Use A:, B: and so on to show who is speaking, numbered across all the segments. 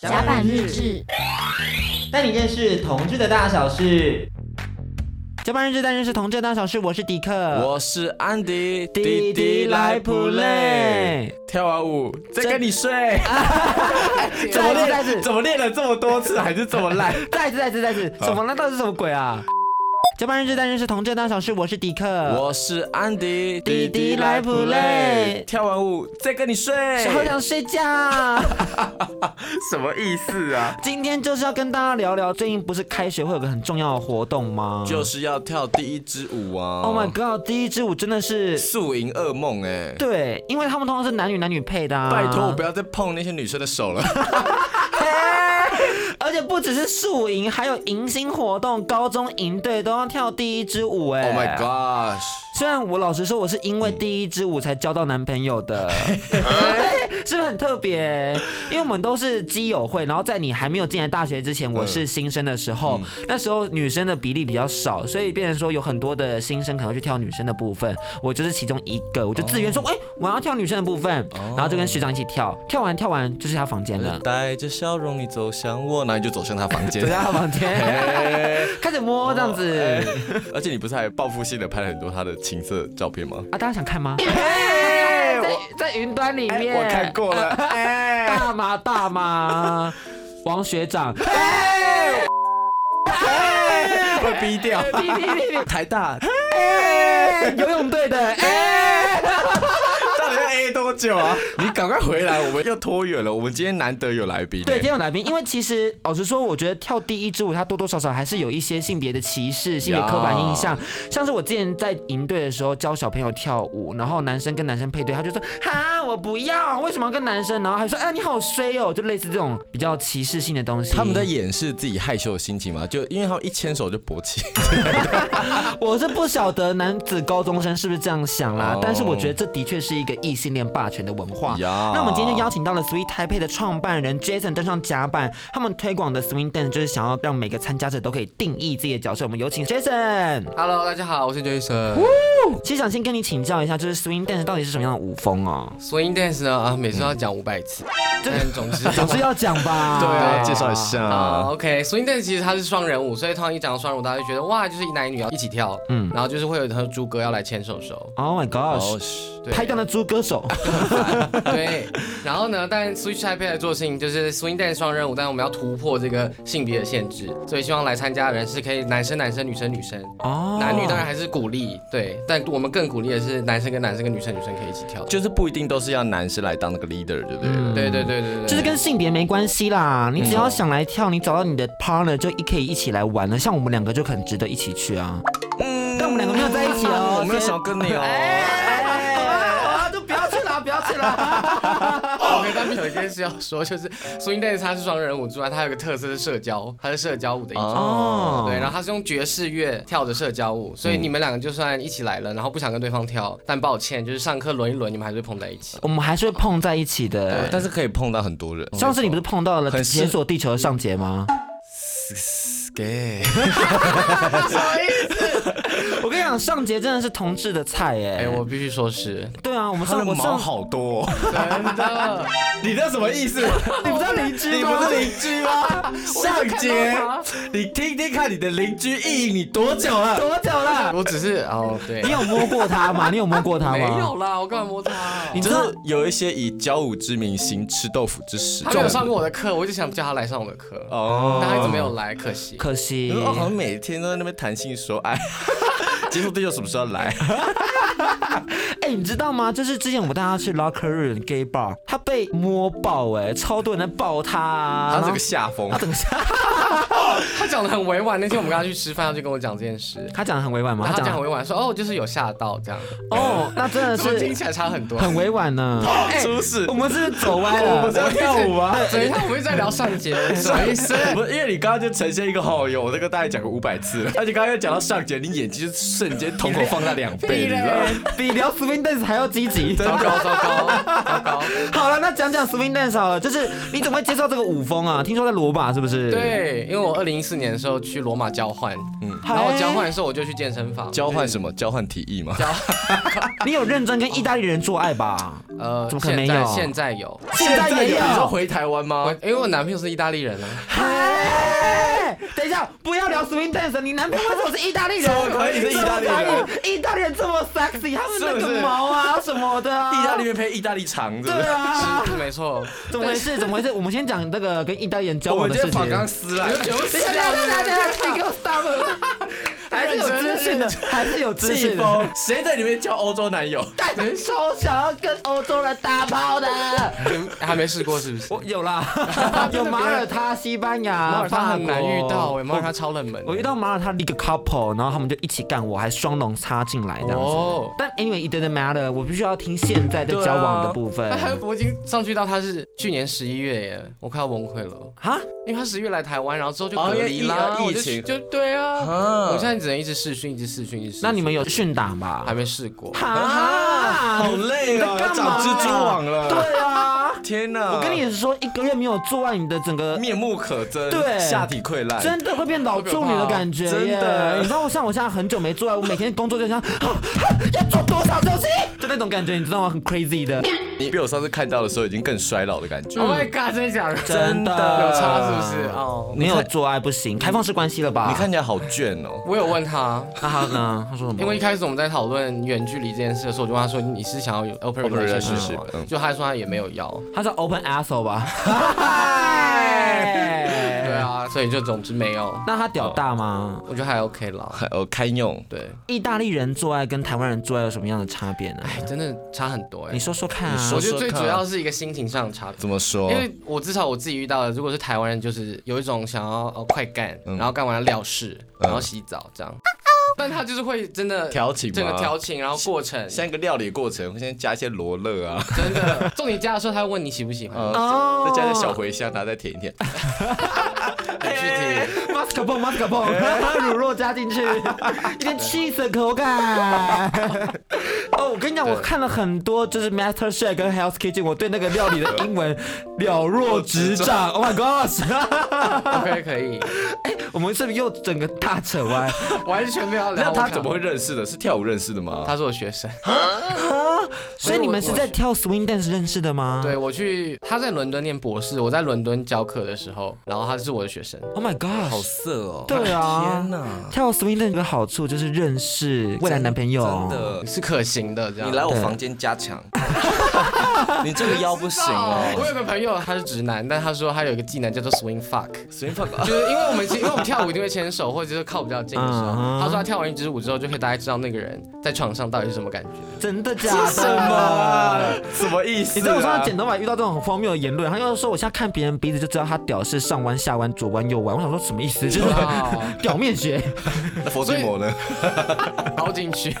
A: 甲板日志，
B: 带你认识同志的大小事。甲板日志，带你认识同志的大小事。我是迪克，
C: 我是安迪，
B: 呃弟弟来 play
C: 跳完舞再跟你睡，
B: 啊
C: 怎么
B: 再一次
C: 练？ 怎么练了这么多次还是这么烂？
B: 再一次，再一次，再一次，什么？那到底是什么鬼啊？甲板日志，带你认识同志的大小事。我是迪克，
C: 我是安迪，
B: 呃弟弟来 play
C: 跳完舞再跟你睡，
B: 好想睡觉。
C: 什么意思啊？
B: 今天就是要跟大家聊聊，最近不是开学会有个很重要的活动吗？
C: 就是要跳第一支舞啊
B: Oh my god！第一支舞真的是
C: 宿营噩梦哎，
B: 对，因为他们通常是男女男女配的、啊。
C: 拜托我不要再碰那些女生的手 了。
B: 而且不只是宿营，还有迎新活动，高中营队都要跳第一支舞、哎
C: Oh my gosh！
B: 虽然我老实说，我是因为第一支舞才交到男朋友 的，是不是很特别？因为我们都是基友会，然后在你还没有进来大学之
C: 嗯
B: 前，我是新生的时候，那时候女生的比例比较少，所以变成说有很多的新生可能会去跳女生的部分，我就是其中一个，我就自愿
C: 哦
B: 说，哎、我要跳女生的部分，然后就跟学长一起跳，跳完跳完就是他房间了，
C: 带着笑容你走向我，然后你就走向他房间
B: 嗯走。到他房间， 开始摸这样子。
C: 而且你不是还报复性的拍了很多他的情色照片吗？
B: 啊，大家想看吗？在在云端里面，
C: 我看过了，
B: 啊
C: 哎、
B: 大妈大 妈，王学长，哎
C: 会 逼掉。
B: 哔哔哔
C: 台大
B: 哔游泳队的，哎，
C: 到底要 A 多久啊？你赶快回来，我们又拖远了。我们今天难得有来宾、
B: 对，今天有来宾，因为其实老实说，我觉得跳第一支舞，它多多少少还是有一些性别的歧视、性别刻板印象。像是我之前在营队的时候教小朋友跳舞，然后男生跟男生配对，他就说哈，我不要，为什么要跟男生？然后还说哎，你好衰哦，就类似这种比较歧视性的东西。
C: 他们在掩饰自己害羞的心情嘛，就因为他们一牵手就勃起。
B: 我是不晓得男子高中生是不是这样想啦，
C: 哦
B: 但是我觉得这的确是一个异性恋霸权的文化。
C: 呀
B: 那我们今天就邀请到了 Sweet Taipei 的创办人 Jason 登上甲板，他们推广的 Swing Dance 就是想要让每个参加者都可以定义自己的角色。我们有请 Jason。
C: 哦
D: Hello，大家好，我是 Jason。
B: 其实想先跟你请教一下，就是 Swing Dance 到底是什么样的舞风哦？
D: Swing Dance 呢，啊，每次都要讲五百次，但总之
B: 总是要讲吧？
C: 对啊，介绍一下。
B: 哦
D: 啊，OK，Swing Dance 其实它是双人舞，所以通常一讲到双人舞，大家就觉得哇，就是一男一女要一起跳，嗯，然后就是会有很多猪哥要来牵手手，
B: Oh my
C: 哦
B: gosh！
D: 对
B: 拍断了猪歌 手，
D: 对，然后呢，但 Switch Taipei 在做的事情就是 Swing Dance 双人舞，但我们要突破这个性别的限制，所以希望来参加的人是可以男生男生女生女生。
B: 哦
D: 男女当然还是鼓励，对，但我们更鼓励的是男生跟男生跟女生女生可以一起跳。
C: 就是不一定都是要男生来当那个 leader，对不对？
B: 嗯
D: 对对对对对，
B: 就是跟性别没关系啦，你只要想来跳，你找到你的 partner 就一可以一起来玩了。像我们两个就很值得一起去啊，
C: 嗯，
B: 但我们两个没有在一起哦
C: 我没有想要跟你哦。
B: 啊，就不要去啦，不要去啦。
D: OK，但有一件事要说，就是 swing dance 它是双人舞之外，它有个特色是社交，它是社交舞的一种。
B: 哦，嗯
D: 对，然后它是用爵士乐跳着社交舞，所以你们两个就算一起来了，然后不想跟对方跳，但抱歉，就是上课轮一轮，你们还是会碰在一起。
B: 我们还是会碰在一起
C: 对
B: 的。
C: 但是可以碰到很多人。
B: 上次你不是碰到了
C: 很
B: 《
C: 适
B: 解锁地球》的上节吗？
C: gay，
B: 我跟你讲，上节真的是同志的菜
D: 哎、
B: 哎。
D: 我必须说是
B: 对啊，我们
C: 他的
B: 上我
C: 毛
B: 上，
C: 好多、 哦。
D: 真的，
C: 你这什么意思？
B: 你不是邻居
C: 你
B: 吗
C: 不？是邻居 吗？上街，你听听看，你的邻居意淫你多久了？
B: 多久了？
D: 我只是哦，对
B: 你，有摸过他吗？你有摸过他吗？
D: 没有啦，我干嘛摸他、啊？
B: 你知
C: 就
B: 道
C: 是有一些以教舞之名行吃豆腐之实。
D: 他没有上过我的课，我就想叫他来上我的课，
C: 哦
D: 但他一直没有来，可惜。
B: 可惜
C: 你说哦，好像每天都在那边谈性说爱。 结束队友什么时候 来？
B: 哎、你知道吗？就是之前我带他去 Locker Room Gay Bar，他被摸爆、哎，超多人在抱他、
C: 他
B: 啊，
C: 这个下风
B: 然后他，等一下，
D: 他讲的很委婉，那天我们跟他去吃饭，他就跟我讲这件事。
B: 他讲的很委婉吗？
D: 然后他讲
B: 得
D: 很委婉说哦，就是有吓到这样，
B: 哦，那真的
D: 怎么听
B: 是
D: 起来差很多？
B: 很委婉 呢。
C: 出事
B: 我。们是不是走歪了，
C: 我们是要跳舞 啊！
D: 等一下，我们一直在聊上节， 什么 意思？
C: 不是，因为你刚刚就呈现一个好友，我这个大概讲个 五百次了，而且刚刚又讲到上节，你眼睛就瞬间瞳孔放大两倍，你知道吗？
B: 比聊 s w i swing dance 还要积极。
D: 糟糕糟糕糟糕，
B: 好了，那讲讲 swing dance 好了，就是你怎么会接受这个舞风啊？听说在罗马是不是？，
D: 对，因为我二零一四年的时候去罗马交换，嗯，然后交换的时候我就去健身
B: 哎
D: 房
A: 交换什么？交换体艺嘛。
B: 你有认真跟意大利人做爱吧？
D: 呃
B: 怎么可能没
D: 现在
B: 有
D: 现在有，
B: 现在也有
A: 你说回台湾
D: 我
A: 吗？
D: 因为我男朋友是意大利人啊，
B: 嗨，等一下，不要聊 swing dance，你男朋友为什么哎是意大利人？
A: 怎么可以是意大利人
B: 怎么可以？意大利人这么 sexy，他们那
A: 是不
B: 个
A: 是
B: 毛啊什么的啊，
A: 意大利面配意大利肠，是不
B: 对
A: 是？
B: 啊，
D: 是没错。
B: 怎么回事？怎么回事？我们先讲这个跟意大利人交
A: 我
B: 往
A: 们
B: 的
A: 今
B: 事
A: 天
B: 情。
A: 仿刚撕了，
B: 等一下，等一下，等一下，你给我 stop 了，还是有知 识的，还是有知识
A: 哎气
B: 的。
A: 疯！谁在里面交欧洲男友？
B: 但你超想要跟欧洲人打炮的，
D: 你们 还没试过是不是？
B: 我有啦， 有马耳他、西班牙、
D: 马耳他
B: 法
D: 很难
B: 国
D: 遇到，哎，马耳他超冷门。
B: 我遇到马耳他的一个 couple，然后他们就一起干我，还双龙插进来这样子。
D: 哦，
B: 但 anyway it doesn't matter，我必须要听现在在交往的部 分。
D: 但我已经上去到他是去年十一月耶，我快要崩溃了，
B: 哈，
D: 因为他十一月来台湾，然后之后就
A: 哦
D: 隔
A: 因为
D: 离
A: 疫
D: 啦，
A: 啊
D: 我就
A: 疫情
D: 就对啊，
A: 啊
D: 我现在只能一直试训，一直试训，一直试训。
B: 那你们有训打 吗
D: 还？没试过？
B: 啊
A: 好累哦，要长蜘蛛网 了。
B: 对啊，
A: 天哪！
B: 我跟你说，一个月没有做完，你的整 个
A: 面目可憎，
B: 对
A: 下体溃烂，
B: 真的会变老处女的感觉
A: 真
B: 耶
A: 的
B: 你知道我像我现在很久没做爱，我每天工作就像、 啊啊要做多少东西，就那种感觉，你知道吗？很 crazy 的，
A: 你比我上次看到的时候已经更衰老的感觉。
D: Oh my god！真的假的？
B: 真的
D: 有差是不是？哦，
B: 没有做爱不行，开放式关系了吧？
A: 你看起来好倦哦。
D: 我有问他，
B: 那他呢？他说什么？
D: 因为一开始我们在讨论远距离这件事的时候，我就问他说你是想要有 open
A: Open
D: relationship 吗
A: relationship，嗯
D: 就他说他也没有要。
B: 他是 open asshole 吧？
D: 对
B: 对。
D: 啊，所以就总之没有，
B: 那他屌大吗？
D: 我觉得还 OK 啦。
A: 还有堪用，
D: 对，
B: 意大利人做爱跟台湾人做爱有什么样的差别呢？
D: 哎，真的差很多哎、
B: 你说说看啊。
A: 说
D: 我觉得最
A: 看
D: 主要是一个心情上的差别。
A: 怎么说
D: 因？为我至少我自己遇到的，如果是台湾人，就是有一种想要呃快干，
A: 嗯
D: 然后干完了了事，然后洗澡这样。但他就是会真的
A: 调情吗
D: 整个调情，然后过程
A: 像一个料理的过程，我们先加一些罗勒啊，
D: 真的送你家的时候，他会问你喜不喜欢，
A: 呃，再加一些小茴香，然后再舔一舔。
D: 很 具体。
B: 马斯克碰，马斯克碰，乳酪加 进去，一点 cheese 的口 感。哦，我跟你讲，我看了很多就是 Master Chef 跟 Health Kitchen，我对那个料理的英 文了若指掌。Oh my
A: 哎
B: god！
D: OK 可以，
B: 我们是不是又整个大扯 歪？
D: 完全没有聊
A: 那
D: 我
A: 他
D: 看。
A: 怎么会啊认识的？是跳舞认识的吗？
D: 他是我学生，
B: 所以你们是在跳 swing dance 认识的吗？
D: 对我去，他在伦敦念博士，我在伦敦教课的时候，然后他是我的学生，
B: ，Oh my god！
A: 色哦
B: 对啊
A: 天哪，
B: 跳 swing dance 有个好处就是认识未来男朋友，
A: 真的，
D: 是可行的这样。
A: 你来我
B: 对
A: 房间加 强，你这个腰不行
D: 我
A: 哦。
D: 有个朋友，他是直男，但他说他有一个技能叫做 swing fuck，
A: 随便放个
D: 就是因为我们因为我们跳舞一定会牵手，或者是靠比较近的时候，
B: 嗯
A: 啊
D: 他说他跳完一支舞之后，就可以大概知道那个人在床上到底是什么感觉。
B: 真的假的？
A: 什么？什么意思
B: 你
A: 啊？
B: 知道我上次剪头发遇到这种很荒谬的言论，他又说我现在看别人鼻子就知道他屌是上弯、下弯、左弯、右弯，我想说什么意思？就是
D: 哇，
B: 表面学。
A: 那佛地魔呢？
D: 凹进 去，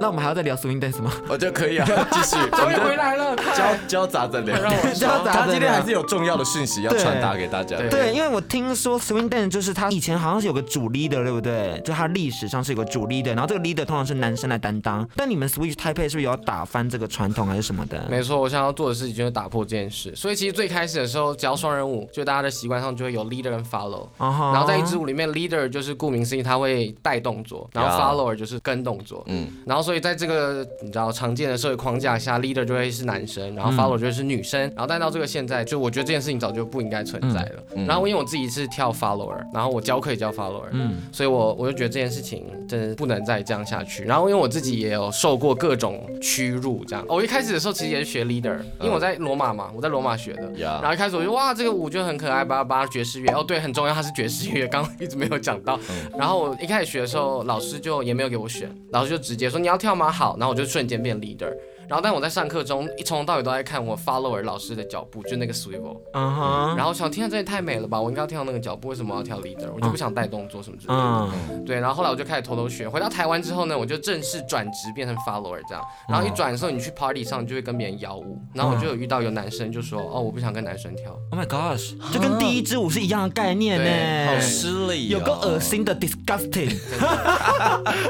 B: 那我们还要再聊 swing dance 吗？
A: 我就可以 啊，继续。 我
D: 终于
A: 们
D: 回
A: 就
D: 来了，快
A: 交交杂着聊
D: 快。让 我
B: 交杂
D: 说。
B: 着
A: 他今天还是有重要的讯息要
B: 对
A: 传达给大家。
D: 对
B: 对，因为我听说 swing dance 就是他以前好像是有个主 leader，对不对？就他历史上是有个主 leader，然后这个 leader 通常是男生来担当。但你们 switch Taipei 是不是也要打翻这个传统还是什么的？
D: 没错，我想要做的事情就是打破这件事。所以其实最开始的时候，只要双人舞，就大家的习惯上就会有 leader 跟 follow。
B: 然
D: 然后在一支舞里面，leader 就是顾名思义，他会带动作，然后 follower 就是跟动作。嗯，然后所以在这个你知道常见的社会框架下，leader 就会是男生，然后 follower 就会是女生。然后但到这个现在，就我觉得这件事情早就不应该存在了。然后因为我自己是跳 follower，然后我教课也教 follower，嗯，所以我我就觉得这件事情真的不能再这样下去。然后因为我自己也有受过各种屈辱，这样。哦我一开始的时候其实也是学 leader，因为我在罗马嘛，我在罗马学的。
C: 啊
A: 呀
D: 然后一开始我就哇，这个舞就很可爱，巴拉巴拉爵士乐哦，对，很重要，它是爵士乐，刚刚一直没有讲到。然后我一开始学的时候，老师就也没有给我选，老师就直接说你要跳吗？好，然后我就瞬间变 leader。然后但我在上课中一从头到尾都在看我 follower 老师的脚步，就那个 swivel，
C: 嗯哼，
D: 然后想天啊，这也太美了吧！我应该要跳那个脚步，为什么我要跳 leader？我就不想带动作什么之类的。
C: 嗯，
D: 对，然后后来我就开始偷偷学。回到台湾之后呢，我就正式转职变成 follower 这样。然后一转的时候，你去 party 上你就会跟别人邀舞，然后我就有遇到有男生就说：“哦，我不想跟男生跳。
B: Oh my gosh，就跟第一支舞是一样的概念
D: 对
B: 呢，
D: 好啊
C: 失礼
B: 哎
A: 哦
B: 有个恶心的 disgusting，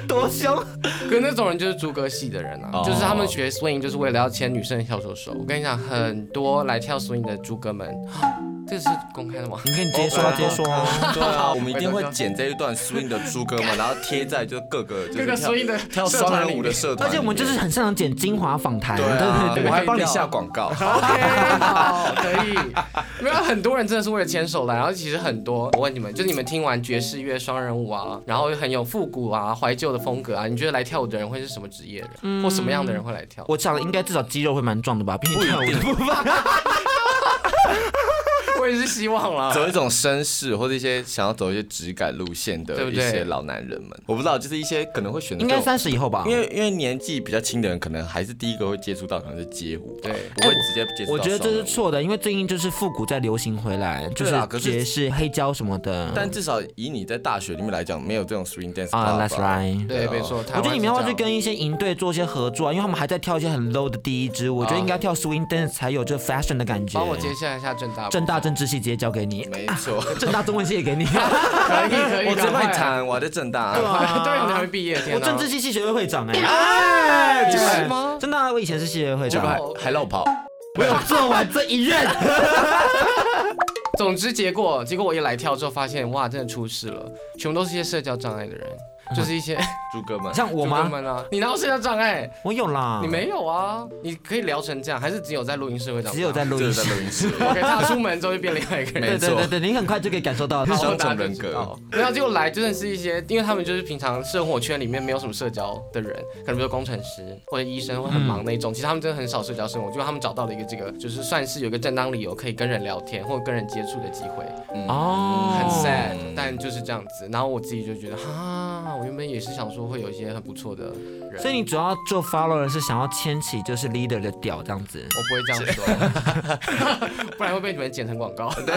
B: 多凶！”
D: 可那种人就是猪哥系的人啊
C: 哦，
D: 就是他们学 swing 就是为了要牵女生的小手手。我跟你讲，很多来跳 swing 的猪哥们， 这是公开的吗？
B: 你可以直接说，直接说。
C: 对啊，我们一 定会剪这一段 swing 的猪哥们，然后贴在就是各个就是
D: 各个
C: 跳
D: swing 的
C: 跳
D: 社团
C: 双人
D: 里
C: 舞的社团
B: 而
C: 里面，
B: 且我们就是很擅长剪精华访谈，
C: 对
B: 对
C: 啊，
B: 对对，
C: 我还
B: 可以
C: 帮你
B: 料
C: 下广告，
D: OK，好，可以。没有很多人真的是为了牵手来，然后其实很多。我问你们，就是你们听完爵士乐、双人舞啊，然后很有复古啊、怀旧的风格啊，你觉得来跳舞的人会是什么职业的人，
B: 嗯
D: 或什么样的人会来跳？
B: 我想应该至少肌肉会蛮壮的吧，毕竟跳舞的部分。
D: 我也是希望啦。
C: 走一种绅士或者一些想要走一些质感路线
D: 对
C: 的
D: 不
C: 一
D: 对
C: 些老男人们，我不知道，就是一些可能会选择
B: 应该
C: 这种
B: 三十以后吧。
C: 因为因为年纪比较轻的人，可能还是第一个会接触到，可能是街舞，
D: 对
C: 不会直接接触到。
B: 我觉得这是，错的，因为最近就是复古在流行回来，就
C: 对
D: 啊
C: 啦可
B: 是
C: 是
B: 爵士、黑胶什么的。
C: 但至少以你在大学里面来讲，没有这种 swing dance
B: 啊
C: club
B: ，Let's Lie。
D: 对，没错。
B: 我觉得你们要不要去
D: 台湾是这样
B: 跟一些营队做一些合作啊？因为他们还在跳一些很 low 的第一支，我觉得应该跳 swing dance 才有这 fashion 的感觉。
D: 啊帮我接下一下正大？
B: 正大政治系直接交给你，
C: 没错，
B: 正大中文系也给你。
D: 可以可以，
C: 我只
D: 赶快啊
C: 会。弹，我还在正大。
D: 对，啊你还会毕业？天
B: 我
D: 哪
B: 政治系系学会会长哎、
C: 哎
D: 你
C: 结果
D: 是
C: 还
D: 吗？
B: 真的啊、我以前是系学会
C: 结果
B: 长，
C: 还还绕跑，
B: 我有做完这一任。
D: 总之，结果结果我一来跳之后，发现哇，真的出事了，全部都是一些社交障碍的人，就是一些。
C: 猪哥们，
B: 像我
D: 就哥
B: 吗？
D: 们啊，你哪有社交障碍？
B: 我有啦，
D: 你没有啊？你可以聊成这样，还是只有在录音室会这样？
B: 只有在录
C: 就
B: 音
C: 是在
B: 室。
C: 录音室，
D: OK，踏出门之后就变另外一个
B: 对
D: 人。
C: 没
B: 对
C: 错
B: 对对，你很快就可以感哦受到它。
C: 双
D: 好大家
C: 重
D: 就
C: 人
D: 知
C: 格
D: 道没有，结果来就认识一些，因为他们就是平常生活圈里面没有什么社交的人，可能比如说工程师或者医生
B: 嗯
D: 会很忙那一种，其实他们真的很少社交生活，就他们找到了一个这个，就是算是有一个正当理由可以跟人聊天或跟人接触的机会，
B: 哦，
D: 很 sad，、但就是这样子。然后我自己就觉得，哈，我原本也是想说会有一些很不错的人，
B: 所以你主要做 follower 是想要牵起就是 leader 的屌这样 子。
D: 我不会这样说， 不然会被你们剪成广告。 对，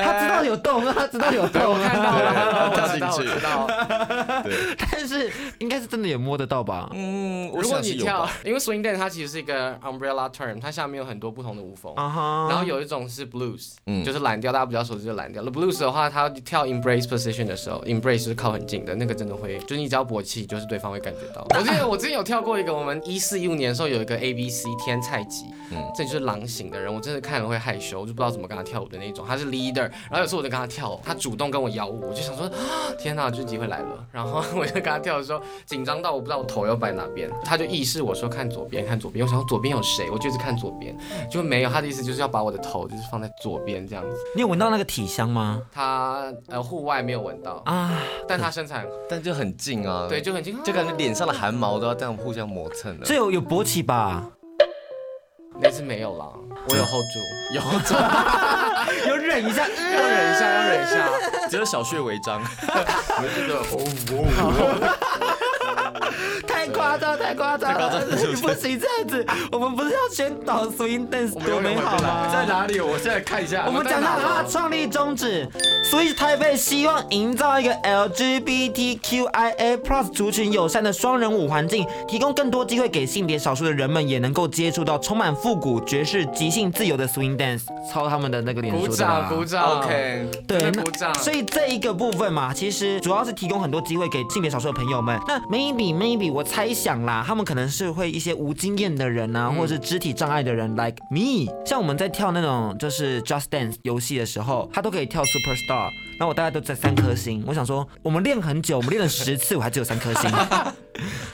B: 他知道有洞，他知道有
D: 我
B: 洞
D: 看到了，
C: 对
D: 我知道，
C: 跳
D: 我
C: 进去
D: 知道。
C: 对，
B: 但是应该是真的也摸得到吧？
C: 嗯，我
D: 如果
C: 想
D: 你
C: 是有
D: 跳
C: 吧，，
D: 因为 swing dance 它其实是一个 umbrella term，它下面有很多不同的舞风。
B: 啊哈，
D: 然后有一种是 blues，、
C: 嗯
D: 就是蓝调，大家比较熟知的蓝调。那 blues 的话，它跳 embrace position 的时候，embrace 就是靠很近的那个，真的会，就是你只要勃起，就是对方会感觉 到。我记得我之前有跳过一个，我们一四一五年的时候有一个 A B C 天菜集，
C: 嗯
D: 这就是狼型的人，我真的看了会害羞，我就不知道怎么跟他跳舞的那种。他是 leader，然后有时候我就跟他跳，他主动跟我邀舞，我就想说， 啊天哪，这机会来了。然后 我就跟他跳的时候，紧张到我不知道我头要摆哪边，他就意识我说看左边，看左边。我想说左边有谁，我就一直看左边，就没有。他的意思就是要把我的头就是放在左边这样子。
B: 你有闻到那个体香吗？
D: 他呃户外没有闻到，
B: 啊，
D: 但他身材 很好
C: 但就很近啊，
D: 对，就很近，
C: 就感觉脸上的汗毛都要这样互相磨蹭了
B: 这。有有勃起吧？
D: 那次没有啦，我有 hold 住，
C: 有，啊
B: 有忍一下，嗯
D: 要忍一下，要忍一下。
C: 只有小穴违章，我哦们这个
B: 太夸张，太夸张了， 你不行这样子，我们不是要宣导 swing dance
D: 我们永
B: 多
D: 远
B: 美
D: 回不
B: 好吗？
D: 来
C: 哪里？我现在看一
D: 啊
C: 下
B: 我们讲到
D: 哦
B: 它的创立宗旨，所以台北希望营造一个 LGBTQIA+ plus 族群友善的双人舞环境，提供更多机会给性别少数的人们也能够接触到充满复古、爵士、即兴、自由的 swing dance。抄他们的那个脸
D: 鼓
B: 书的啦
D: 掌，鼓掌。
C: OK，
B: 对，
D: 真的
B: 那
D: 鼓掌
B: 所以这一个部分嘛，其实主要是提供很多机会给性别少数的朋友们。那 maybe maybe 我猜想啦，他们可能是会一些无经验的人
D: 嗯
B: 啊，或者是肢体障碍的人，like me。像我们在跳那种就是 Just Dance 游戏的时候，他都可以跳 Super Star，然后我大概都在三颗星。我想说，我们练很久，我们练了十次，我还只有三颗 星。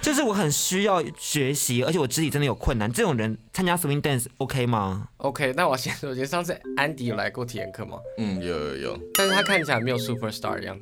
B: 就是我很需要学习，而且我肢体真的有困难，这种人参加 swing dance OK 吗？
D: OK，那我先说，我觉得上次安迪有来过体验课吗？
C: 嗯，有有有，
D: 但是他看起来没有 super star 一样。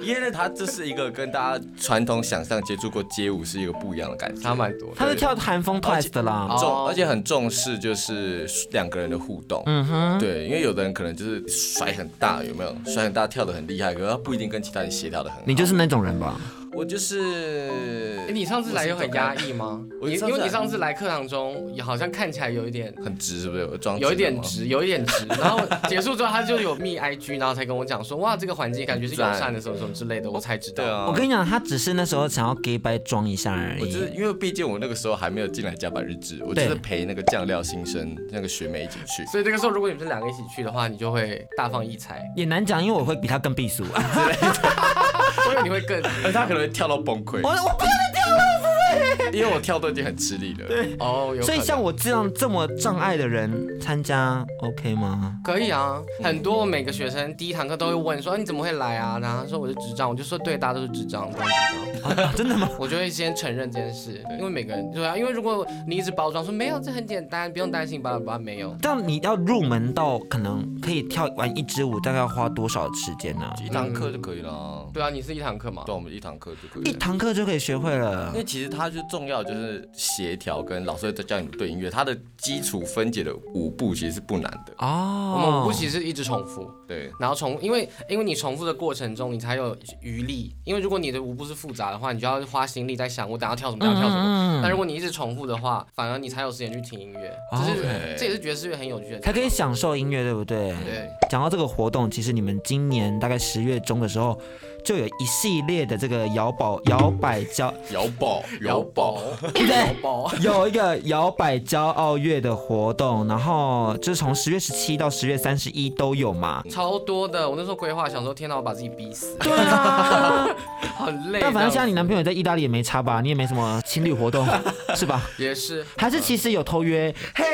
C: 因为他这是一个跟大家传统想象接触过街舞是一个不一样的感觉，
D: 差蛮多的。
B: 他是跳韩风 Twice 的啦。
C: 重，
D: 哦
C: 而且很重视就是两个人的互动。嗯哼，对，因为有的人可能就是甩很大，有没有？甩很大，跳得很厉害，可是他不一定跟其他人协调的很好。
B: 你就是那种人吧？
A: 我就是
D: 诶哎你上次来有很压抑吗？
A: 我
D: 你
A: 上
D: 因
A: 次来
D: 为你上次来课堂中，也好像看起来有一点
C: 很直是不是？我装
D: 有一点
C: 吗，
D: 直，有一点直。然后结束之后，他就有密 IG，然后才跟我讲说，哇，这个环境感觉是友善的，什么什么之类的，我才知道。
C: 对啊，
B: 我跟你讲，他只是那时候想要 gay 白装一下而
C: 我就是
B: 已。
C: 因为毕竟我那个时候还没有进来加班日志，我就
B: 哎对
C: 是陪那个酱料新生那个学妹一起去
D: 所以这个时候，如果你们是两个一起去的话，你就会大放异 彩，
B: 也难讲，因为我会比他更避俗。我
D: 因为你会更
C: 而他可能会跳到崩溃，
B: 我不
C: 因为我跳都已经很吃力了。
D: 哦，有 可能
B: 所以像我这样这么障碍的人参加 OK 吗？
D: 可以啊，很多每个学生第一堂课都会问说你怎么会来啊？然后他说我是智障，我就说对，大家都是智障，都是智障。
B: 啊真的吗？
D: 啊我就会先承认这件事，因为每个人对啊，因为如果你一直包装说没有，这很简单，不用担心，巴拉巴拉没有。
B: 但你要入门到可能可以跳完一支舞，大概要花多少时间呢、
C: 一堂课就可以了，
D: 对啊，你是一堂课嘛，
C: 对，我啊们一堂课就可以
B: 一
C: 了。
B: 堂课就可以学会了
C: 因。为其实它就重要，就是协调跟老师会教你们对音乐，它的基础分解的舞步其实是不难的。
B: 哦，
D: 我们不其实一直重复。
C: 对，
D: 然后重，因为因为你重复的过程中，你才有余力。因为如果你的舞步是复杂的话，你就要花心力在想我等下要跳什么，等下要跳什么。但如果你一直重复的话，反而你才有时间去听音乐。这是、
C: OK
D: 这也是爵士乐很有趣的地
B: 才
D: 方。
B: 可以享受音乐，对不对？
D: 对。
B: 讲到这个活动，其实你们今年大概十月中的时候，就有一系列的这个摇宝摇摆骄，
C: 摇宝，摇宝，
D: 摇包，
B: 有一个摇摆骄傲月的活动，然后就是从十月十七到十月三十一都有嘛。
D: 超多的。我那时候规划想说，天哪，我把自己逼死，
B: 对啊，
D: 很 累。 哦
B: 但反正现在你
D: 这样
B: 男朋友在意大利也没差吧，你也没什么情侣活动，是吧？
D: 子也是
B: 还是其实有偷约？嘿，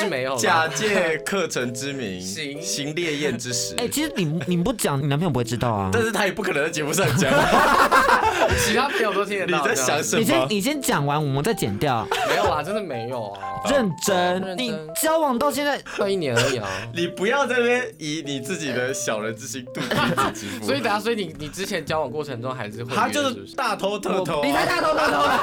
D: 是没有啊啦
C: 假借课程之名，
D: 行
C: 行烈焰之实。
B: 哎、其实你你不讲，你男朋友不会知道啊。
C: 但是他也不可能在节目上讲。
D: 其他朋友都听得
C: 你
D: 到。
C: 在
D: 这样
C: 想
D: 子
C: 什
B: 你先
C: 么？
B: 你先讲完，我们再剪掉。
D: 没有啦，真的没有 啊，
B: 认真，
D: 认真
B: 你交往到现在，
D: 到一年而已啊。
C: 你不要在那边以你自己的小人之心度君子之腹。
D: 所以等下，所以你你之前交往过程中还是会
C: 他
D: 约
C: 就是
D: 不
C: 是大偷特偷啊，
B: 你才大偷大偷啊，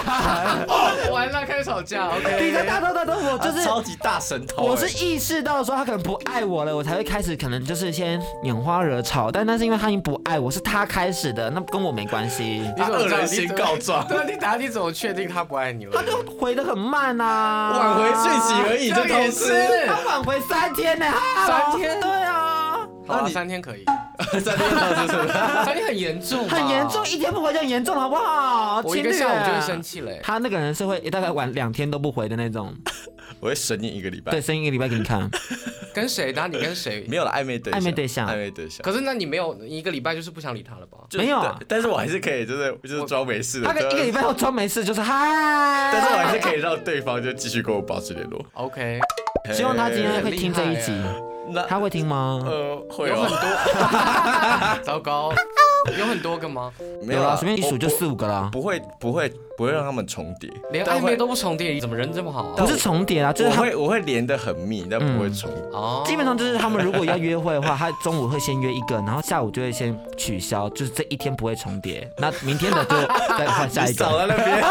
D: 哦完了，开始吵架。OK，
B: 你才大偷大偷，我就
C: 他
B: 是。
C: 啊超级大神偷欸。
B: 我是意识到说他可能不爱我了，我才会开始可能就是先拈花惹草，但那是因为他已经不爱我，是他开始的，那跟我没关系。
D: 你怎么
C: 恶
D: 知道
C: 人先告状
D: 对啊，你打你怎么确定他不爱你了？
B: 他就回的很慢啊，
C: 挽回讯息而已，就
D: 这
C: 偷
D: 也是
C: 吃。
B: 他挽回三天呢、哈喽
D: 三天
B: 对啊，
D: 好
C: 那
D: 啊，
C: 你
D: 三天可以，
C: 在那边偷吃是不 是？
D: 三天很严重，
B: 很严重，。啊一天不回就很严重了，好不好？
D: 我一个
B: 情侣
D: 下午就会生气嘞。
B: 他那个人是会大概晚两天都不回的那种，
C: 我会神隐一个礼拜。
B: 对，，生一个礼拜给你看。
D: 跟谁打？你跟谁？
C: 没有了暧昧对象，
B: 暧昧对象
C: 暧昧对象。
D: 可是那你没有一个礼拜就是不想理他了吧？
C: 就是
B: 没有啊
C: 对但是我还是可以，就是就是装没事的。
B: 他跟一个礼拜后装没事，就是嗨。
C: 但是我还是可以让对方就继续跟我保持联络。
D: OK，
B: 希望他今天
D: 很
B: 会听这一集，
D: 厉害
C: 那
B: 他会听吗？
C: 呃会
D: 有很
C: 哦，
D: 多，糟糕，有很多个吗？
C: 没
B: 啦，
C: 啦
B: 随便一数就
C: 啊我
B: 四五个啦
C: 我，不会不会不会让他们重叠，
D: 连
C: 但
D: 暧
C: 会
D: 昧都不重叠，怎么人这么好啊
B: 不？是重叠啦，就是
C: 我
B: 他
C: 会我会连的很密，但不会重叠。
D: 哦
B: 基本上就是他们如果要约会的话，他中午会先约一个，然后下午就会先取消，就是这一天不会重叠。那明天的就再换下一
C: 你少
B: 个，
C: 在那边，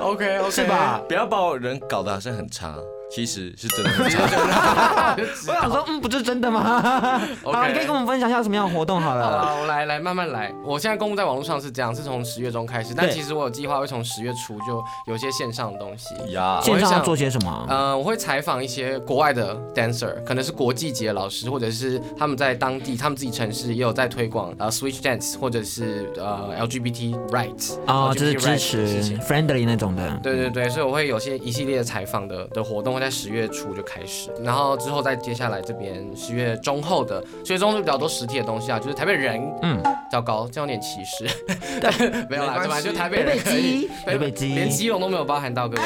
D: OK OK
B: 是？吧？
C: 不要把我人搞得好像很差，其实是真的很
D: 直接
C: 差。
D: 就
B: 我想说，嗯，不是真的吗？好了，你可以跟我们分享一下什么样的活动好
D: 好
B: 了。
D: 了，我来来慢慢来。我现在公布在网络上是这样，是从十月中开始，但
B: 对
D: 其实我有计划会从十月初就有一些线上的东西。
C: 呀，
B: 线上
D: 我
B: 要
D: 也想
B: 做些什么？
D: 呃，我会采访一些国外的 dancer，可能是国际级的老师，或者是他们在当地他们自己城市也有在推广呃 switch dance，或者是呃 LGBT rights
B: 啊，
D: LGBT
B: 就是支
D: rights 的事
B: 持
D: 情
B: friendly 那种的。
D: 对对对，所以我会有些一系列的采访的的活动会在十月初就开始，然后之后再接下来这边十月中后的，十月中就比较多实体的东西啊，就是台北人
B: 嗯，
D: 比较高，这样有点歧视， 没有啦，
C: 没关系
D: 对吧？就台北人可以，
B: 北北哎基北北基
D: 连基隆都没有包含到，各位。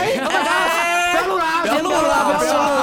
B: 不要录了啊，不要录了啊，不要录了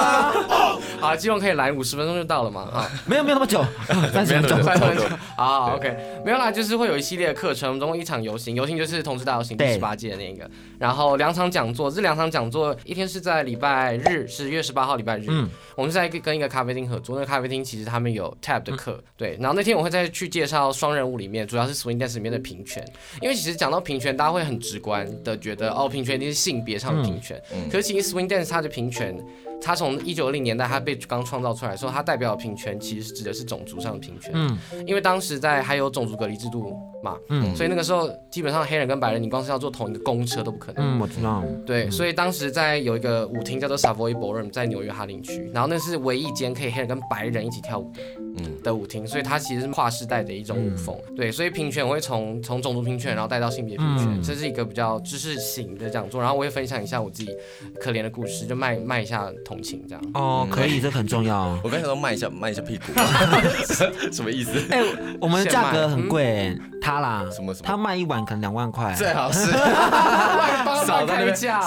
B: 啊。
D: 好，基隆可以来五十分钟就到了嘛，哈。
B: 没有没有那么久， 三十分钟
C: 没有那么。久
D: 拜托啊，OK，没有啦，就是会有一系列的课程，中一场游行，游行就是同志大游行第
B: 对
D: 十八届的那个，然后两场讲座，这两场讲座一天是在礼拜日，十月十八号礼拜日，
B: 嗯
D: 我们是在跟一个咖啡厅合作，那个咖啡厅其实他们有 tap 的
B: 嗯
D: 课，对，然后那天我会再去介绍双人舞里面，主要是 swing dance 里面的平权，因为其实讲到平权，大家会
B: 嗯
D: 很直观的觉得哦，平权一定是性别上的平权，可是其实 swing dance 它的平权。它从一九零年代它被刚创造出来的时候，它代表的平权其实指的是种族上的平权。
B: 嗯
D: 因为当时在还有种族隔离制度嘛，
B: 嗯
D: 所以那个时候基本上黑人跟白人，你光是要坐同一个公车都不可能。
B: 嗯，我知道。
D: 对，所以当时在有一个舞厅叫做 Savoy Ballroom，在纽约哈林区，然后那是唯一一间可以黑人跟白人一起跳舞的
C: 嗯
D: 的舞厅，所以它其实是跨世代的一种
B: 嗯
D: 舞风。对，所以平权我会从从种族平权，然后带到性别平权，
B: 嗯
D: 这是一个比较知识型的讲座，然后我会分享一下我自己可怜的故事，就卖卖一下同情 这样。
B: 哦，可以，这个很重要。
C: 我刚才说卖一下卖一下屁股，什么意思？
B: 哎， 我们的
D: 现
B: 价
D: 卖
B: 格很贵，他啦，
C: 什么什么
B: 他卖一碗可能两万块。
C: 最好是
D: 少
C: 少在那边
D: 价，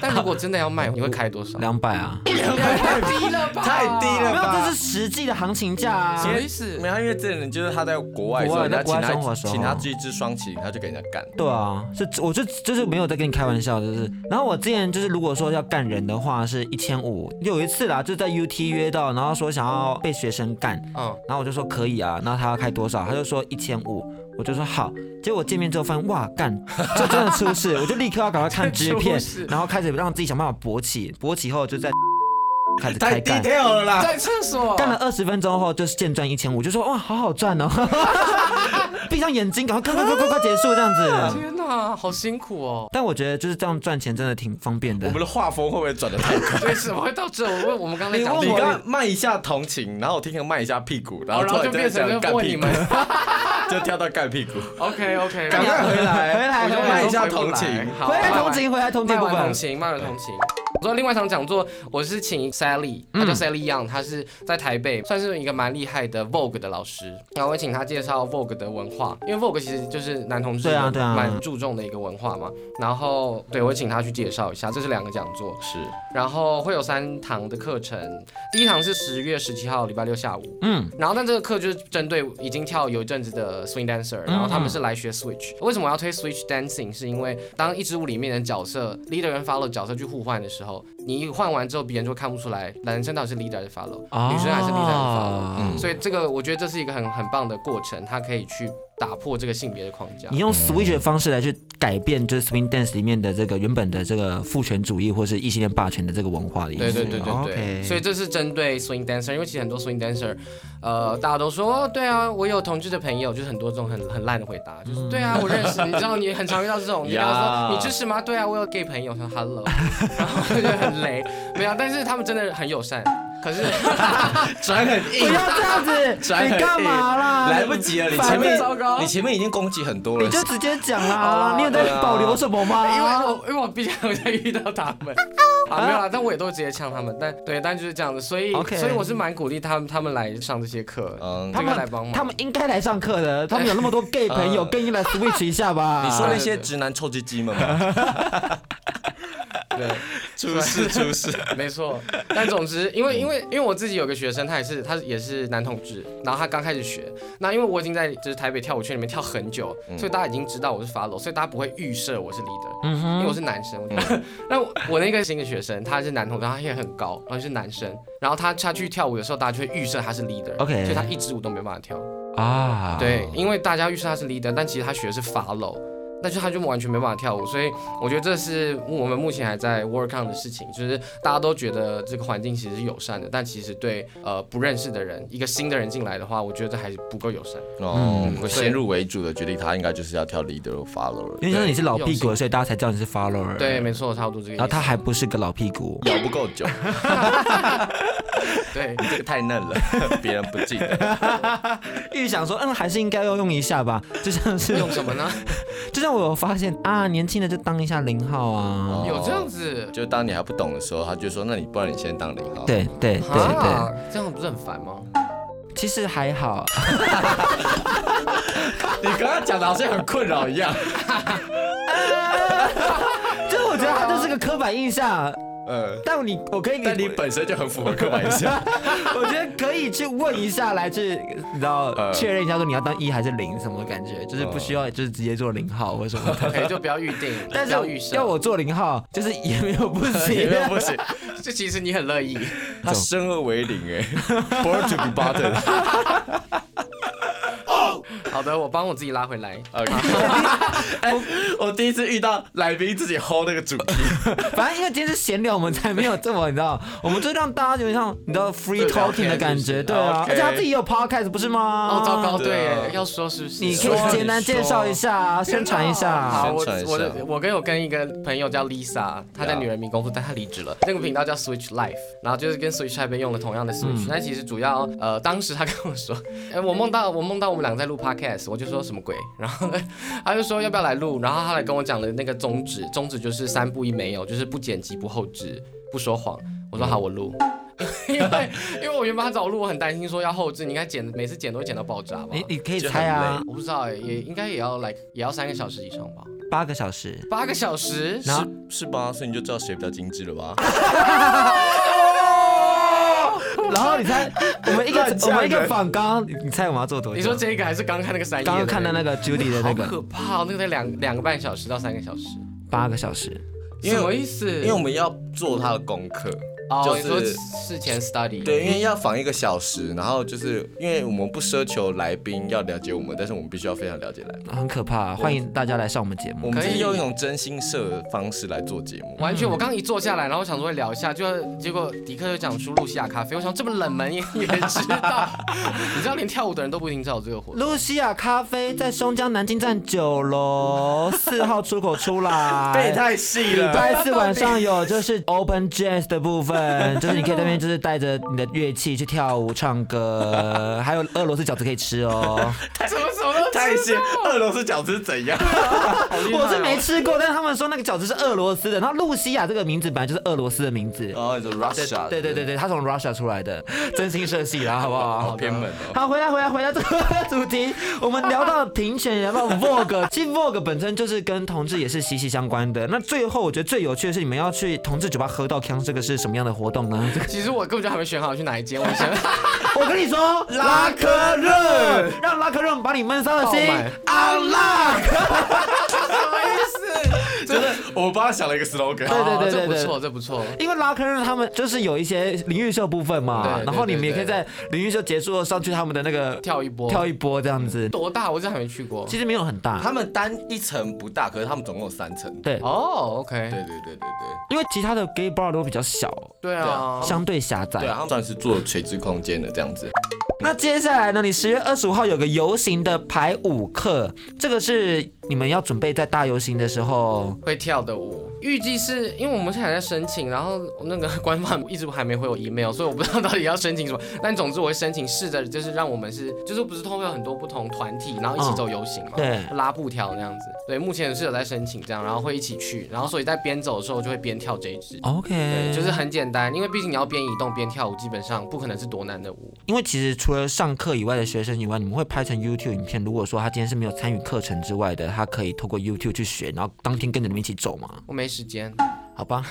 D: 但如果真的要卖，你会开 多少？
B: 两百啊，没
D: 太低了吧？
C: 太低了
B: 有，这
C: 吧
B: 是？实际的行情价
D: 什么
B: 啊。
D: 意思
C: 没？有，因为这人就是他在国外的时
B: 国
C: 候，
B: 外在
C: 人家
B: 国
C: 请
B: 外生活
C: 他
B: 的时候
C: 请他去一支双旗，他就给人家干。
B: 对啊，是，我就就是没有在跟你开玩笑，就是。然后我之前就是，如果说要干人的话，是一千五。有一次啦，就在 UT 约到，然后说想要被学生干，
D: 嗯，
B: 然后我就说可以啊，那他要开多少？他就说一千五，我就说好。结果见面之后发现，哇干，这真的出事， 我就立刻要赶快看支片
D: 出事，
B: 然后开始让自己想办法勃起，勃起后就在开始
A: 太
B: 开干。
A: detail 了啦！
D: 在厕所
B: 干了二十分钟后，就是现赚一千五，就说哇，好好赚哦！ 闭上眼睛，赶快快快快快快结束这样子。
D: 天哪，好辛苦哦！
B: 但我觉得就是这样赚钱真的挺方便
C: 我
B: 的
C: 们。的画风会不会转的太 快？
D: 为什么会到这？我问我们刚才讲
C: 你
D: 这个
C: 刚刚卖一下同情，然后我听成卖一下屁股，然后
D: 哦
C: 突
D: 然后就
C: 然
D: 变
C: 间
D: 成
C: 讲
D: 在
C: 干
D: 问
C: 屁
D: 你
C: 股
D: 们，
C: 就跳到干屁股。
D: ，OK OK，
C: 赶快回来，
B: 回来
C: 我
D: 我
C: 就
D: 就
C: 卖一下同情。
D: 好
B: 回来
D: 拜拜
B: 同情，回来同情
D: 卖
B: 部
D: 完同
B: 分。
D: 情，卖完同情。我说另外一场讲座，我是请 Sally，她
B: 嗯
D: 叫 Sally Young，她是在台北算是一个蛮厉害的 Vogue 的老师，然后我请她介绍 Vogue 的文化，因为 Vogue 其实就是男同志
B: 对啊对啊
D: 蛮注重的一个文化嘛。然后对我请她去介绍一下，这是两个讲座，
C: 是，
D: 然后会有三堂的课程，第一堂是十月十七号礼拜六下午，
B: 嗯，
D: 然后但这个课就是针对已经跳有一阵子的 swing dancer，然后他们是来学 switch。为什么我要推 switch dancing？是因为当一支舞里面的角色 leader 跟 follow 角色去互换的时候，你一换完之后，别人就看不出来男生到底是 leader 还是 follow，、女
B: 啊
D: 生
B: 哦
D: 还是 leader 还是 follow。
C: 嗯
D: 所以这个我觉得这是一个很很棒的过程，它可以去打破这个性别的框架
B: 你。用 switch 的方式来去改变，就是 swing dance 里面的这个原本的这个父权主义或是异性恋霸权的这个文化的意思。
D: 对对对对对
B: OK
D: 所以这是针对 swing dancer，因为其实很多 swing dancer，呃，大家都说，哦对啊，我有同志的朋友，就是很多这种很很烂的回答，就是对啊，我认识，你知道你很常遇到这种，你跟他
C: 呀
D: 说你支持吗？对啊，我有 gay 朋友，我说 hello，然 后就觉得很雷，没有，但是他们真的很友善，可是
A: 转很
B: 不
A: 硬，
B: 要这样子，
C: 转很
B: 你干嘛啦？
A: 来不及了，你前
B: 反正
A: 面
D: 糟糕
A: 你前面已经攻击很多
B: 你
A: 了。
B: 就直接讲啦
D: 啊，
B: 你有在保留什么吗？
D: 因为我因为我毕竟有在遇到他们。啊，没有啦，但我也都直接呛他们，但对，但就是这样子，所以
B: OK
D: 所以我是蛮鼓励他们他们来上这些课，
C: 嗯
D: 这
B: 他
D: 个来帮
B: 们
D: 忙，
B: 他们应该来上课的，他们有那么多 gay 朋友，
C: 呃
B: 更应该来 switch 一下 吧。
C: 你说那些直男臭鸡鸡们吗？
D: 对。
C: 出事出事，
D: 没错，但总之，因为因为因为我自己有个学生，他也是他也是男同志，然后他刚开始学，那因为我已经在就是台北跳舞圈里面跳很久，所以大家已经知道我是 follow，所以大家不会预设我是 leader，、
B: 嗯
D: 因为
B: 哼，
D: 我是男生。我觉得 那我我那个新的学生，他是男同志，他也很高，然后是男生，然后他他去跳舞的时候，大家就会预设他是 leader，
B: OK
D: 所以他一支舞都没办法跳。
B: 啊，
D: 对，因为大家预设他是 leader，但其实他学的是 follow，但是他就完全没办法跳舞，所以我觉得这是我们目前还在 work on 的事情，就是大家都觉得这个环境其实是友善的，但其实对呃不认识的人，一个新的人进来的话，我觉得还是不够友善。
C: 哦
D: 嗯，
C: 会先入为主的决定，他应该就是要跳 leader 或 follower，
B: 因为说你是老屁
D: 用
B: 股，所以大家才叫你是 follower。
D: 对，，没错，差不多这个意
B: 然
D: 思。
B: 后他还不是个老屁股。
C: 咬不够久，
D: 对
C: 你这个太嫩 了，别人不进。
B: 预想说，嗯，还是应该要用一下吧，就像是，
D: 用什 么呢？
B: 就像我有发现啊，年轻的就当一下零号啊，
C: 哦
D: 有这样子
C: 就当你还不懂的时候，他就说：“那你不然你先当零号。”，
B: 对对对对，
D: 啊，这样不是很烦吗？
B: 其实还好，
C: 你刚刚讲的好像很困扰一样。
B: 就是我觉得他就是个刻板印象，
C: 呃，
B: 但 你我可以
C: 但
B: 给
C: 你本身就很符合刻板 印象。
B: 我觉得可以去问一下，来去你知道
C: 呃
B: 确认一下，说你要当一还是零什么感觉，就是不需要就是直接做零号或什么的。
D: 可以就不要预定，
B: 但
D: 不要预
B: 是
D: 设。
B: 要 我做零号，就是也没有不
C: 也
B: 行啊
C: 没。有不行，
D: 这其实你很乐意。
C: 他生欸 而为零哎，born to be bottom。
D: 好好的，我帮我自己拉回来。
C: 我第一次遇到来宾自己 hold 那个主题，
B: 反正因为今天是闲聊，我们才没有这么你知道，我们就让大家有点像你知道 free
C: 聊
B: talking
C: 天
B: 的感觉，
C: 是不是
B: 对啊，
C: OK
B: 而且他自己也有 podcast 不是吗？
D: 哦，糟糕，对
C: 啊
D: 耶，要说是不是？
B: 你可啊以简单介绍一下，宣传一下。
D: 好，我
C: 宣传一下
D: 我的我跟我跟一个朋友叫 Lisa，她在女人迷工作，但她离职了。那个频道叫 Switch Life，然后就是跟 Switch Life 用了同
C: 嗯
D: 样的 Switch，、但其实主要呃，当时她跟我说，哎、我梦到我梦到我们俩在录 Podcast，我就说什么鬼，然后呢，她就说要不要来录，然后她来跟我讲了那个宗旨，宗旨就是三不一没有，就是不剪辑、不后置、不说谎。我说好，我录。 因为因为我原本她找我录，我很担心说要后置，你看剪每次剪都会剪到爆炸吧？
B: 你你可以猜啊，
D: 我不知道欸，也应该也要来，也要三个小时以上吧。
B: 八个小时。
D: 八个小时，
B: 然后
C: 是吧？所以你就知道谁比较精致了吧？
B: 然后你猜，我们一个
C: 乱
B: 我
C: 讲
B: 们一个
C: 人
B: 访刚，你你猜我们要做多久？
D: 你说这个还是刚刚看那个三页？
B: 刚刚看到那
D: 个，
B: 个 Judy 的那
D: 好
B: 个
D: 可怕哦，那个才两两个半小时到三个小时，
B: 八个小时，
C: 因为
D: 什么意思？
C: 因为我们要做他的功课，
D: 哦，
C: 就是
D: 你说事前 study，
C: 对，因为要访一个小时，然后就是因为我们不奢求来宾要了解我们，但是我们必须要非常了解来宾。
B: 很可怕。欢迎大家来上我们节目
C: 我。们
D: 可以
C: 是用一种真心社的方式来做节目，
D: 完全，我刚刚一坐下来，然后想说会聊一下，就结果迪克就讲出露西亚咖啡，我想这么冷门也也知 道，你知道连跳舞的人都不一定知道有这个活动。
B: 露西亚咖啡在松江南京站九楼四号出口出 来。
C: 背太细
B: 礼
C: 了。
B: 拜四晚上有就是 open jazz 的部分， 就是你可以在那边就是带着你的乐器去跳舞、唱 歌，还有俄罗斯饺子可以吃哦。
D: 什么什么都
C: 太细，二楼是饺子是怎样？
B: 我是没吃过，但是他们说那个饺子是俄罗斯的。然后露西亚这个名字本来就是俄罗斯的名字，
C: 哦，你说 Russia，
B: 对对对对，他从 Russia 出来的，真心社系啦，好不好
C: 好？偏门哦。
B: 好，回来回来回来，这个 主题我们聊到评选，聊到 Vogue，其实 Vogue 本身就是跟同志也是息息相关的。那最后我觉得最有趣的是，你们要去同志酒吧喝到康，这个是什么样的活动呢？
D: 其实我根本就还没选好去哪一间，我哦先
B: 我跟你说，拉科热，让拉科热把你闷骚的心
D: 爆满
B: unlock。
C: 就是我帮他想了一个 slogan，
B: 对对对
D: 哦这不
B: 对对
D: 错，这不错。
B: 因为拉科热他们就是有一些淋浴秀部分
D: 对
B: 嘛，
D: 对
B: 然后你们
D: 对
B: 也可以
D: 对
B: 在淋浴秀结束后上去他们的那个
D: 跳一波
B: 跳一波这样子，
D: 多大？我真的还没去过。
B: 其实没有很大。
C: 他们单一层不大，可是他们总共有三层。
B: 对，
D: 哦，OK，
C: 对对对对对，
B: 因为其他的 gay bar 都比较小，
D: 对啊，
B: 相对狭窄
C: 对。啊，他们算是做垂直空间的这样子。
B: 那接下来呢？你十月二十五号有个游行的排舞课，这个是你们要准备在大游行的时候，
D: 会跳的舞，预计是因为我们现在还在申请，然后那个官方一直还没回我 email，所以我不知道到底要申请什么。但总之我会申请，试着就是让我们是，就是不是通常有很多不同团体，然后一起走游行嘛，
B: 对
D: 拉布条那样子。对，目前是有在申请这样，然后会一起去，然后所以在边走的时候就会边跳这一
B: 哦
D: 支。
B: ，OK，
D: 对，就是很简单，因为毕竟你要边移动边跳舞，基本上不可能是多难的舞。
B: 因为其实除了上课以外的学生以外，你们会拍成 YouTube 影片。如果说他今天是没有参与课程之外的，他可以透过 YouTube 去学，然后当天跟着你们一起走嘛，
D: 我没时间，
B: 好吧？